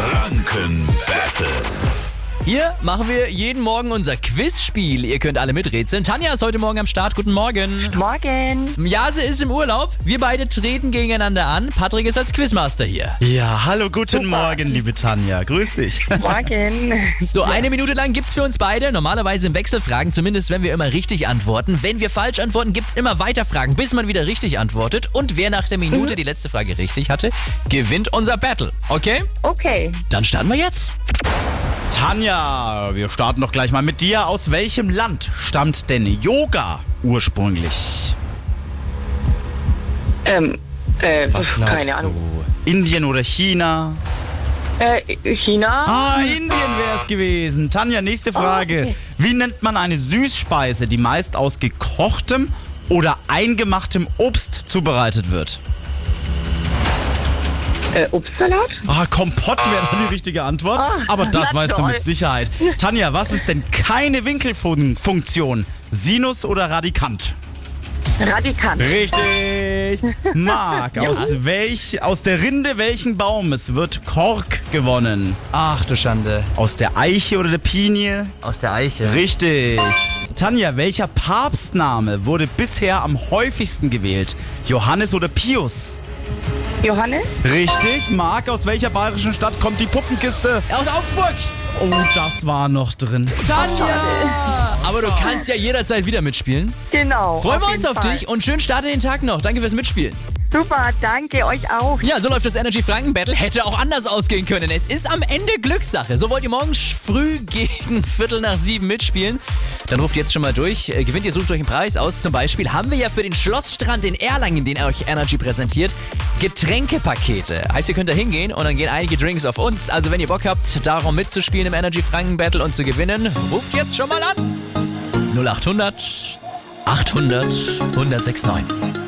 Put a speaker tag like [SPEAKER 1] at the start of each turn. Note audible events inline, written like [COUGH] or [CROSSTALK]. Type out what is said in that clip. [SPEAKER 1] Franken Battle.
[SPEAKER 2] Hier machen wir jeden Morgen unser Quizspiel. Ihr könnt alle miträtseln. Tanja ist heute Morgen am Start. Guten Morgen. [LAUGHS]
[SPEAKER 3] Morgen.
[SPEAKER 2] Jase ist im Urlaub. Wir beide treten gegeneinander an. Patrick ist als Quizmaster hier.
[SPEAKER 4] Ja, hallo, guten Morgen, liebe Tanja. Grüß dich.
[SPEAKER 3] Morgen.
[SPEAKER 2] So, eine Minute lang gibt's für uns beide normalerweise im Wechsel Fragen, zumindest wenn wir immer richtig antworten. Wenn wir falsch antworten, gibt's immer weiter Fragen, bis man wieder richtig antwortet. Und wer nach der Minute die letzte Frage richtig hatte, gewinnt unser Battle. Okay?
[SPEAKER 3] Okay.
[SPEAKER 2] Dann starten wir jetzt.
[SPEAKER 4] Tanja, wir starten doch gleich mal mit dir. Aus welchem Land stammt denn Yoga ursprünglich?
[SPEAKER 3] Ähm, äh, keine Ahnung.
[SPEAKER 4] du? Indien oder China?
[SPEAKER 3] Äh, China.
[SPEAKER 4] Ah, Indien wäre es gewesen. Tanja, nächste Frage.
[SPEAKER 3] Oh, okay.
[SPEAKER 4] Wie nennt man eine Süßspeise, die meist aus gekochtem oder eingemachtem Obst zubereitet wird?
[SPEAKER 3] Äh, Obstsalat.
[SPEAKER 4] Ah, Kompott wäre noch die richtige Antwort.
[SPEAKER 3] Ah,
[SPEAKER 4] aber das
[SPEAKER 3] na
[SPEAKER 4] weißt du
[SPEAKER 3] toll. [LAUGHS]
[SPEAKER 4] mit Sicherheit. Tanja, was ist denn keine Winkelfunktion? Sinus oder Radikant?
[SPEAKER 3] Radikant.
[SPEAKER 4] Richtig. Marc, aus, welch, aus der Rinde welchen Baumes wird Kork gewonnen?
[SPEAKER 2] Ach du Schande.
[SPEAKER 4] Aus der Eiche oder der Pinie?
[SPEAKER 2] Aus der Eiche.
[SPEAKER 4] Richtig. Tanja, welcher Papstname wurde bisher am häufigsten gewählt? Johannes oder Pius?
[SPEAKER 2] Äh.
[SPEAKER 3] Johannes.
[SPEAKER 4] Richtig. Marc, aus welcher bayerischen Stadt kommt die Puppenkiste?
[SPEAKER 2] Aus Augsburg.
[SPEAKER 4] Oh, das war noch drin.
[SPEAKER 2] Tanja! Aber du kannst ja jederzeit wieder mitspielen.
[SPEAKER 3] Genau.
[SPEAKER 2] Freuen wir uns
[SPEAKER 3] jeden
[SPEAKER 2] auf
[SPEAKER 3] Fall.
[SPEAKER 2] dich und schönen Start in den Tag noch. Danke fürs Mitspielen.
[SPEAKER 3] Super, danke euch auch.
[SPEAKER 2] Ja, so läuft das Energy Franken Battle. Hätte auch anders ausgehen können. Es ist am Ende Glückssache. So wollt ihr morgen sch- früh gegen [LAUGHS] Viertel nach sieben mitspielen. Dann ruft jetzt schon mal durch. Äh, Gewinnt ihr, sucht euch einen Preis aus. Zum Beispiel haben wir ja für den Schlossstrand in Erlangen, den euch Energy präsentiert, Getränkepakete. Heißt, ihr könnt da hingehen und dann gehen einige Drinks auf uns. Also wenn ihr Bock habt, darum mitzuspielen im Energy Franken Battle und zu gewinnen, ruft jetzt schon mal an. 0800 800 1069.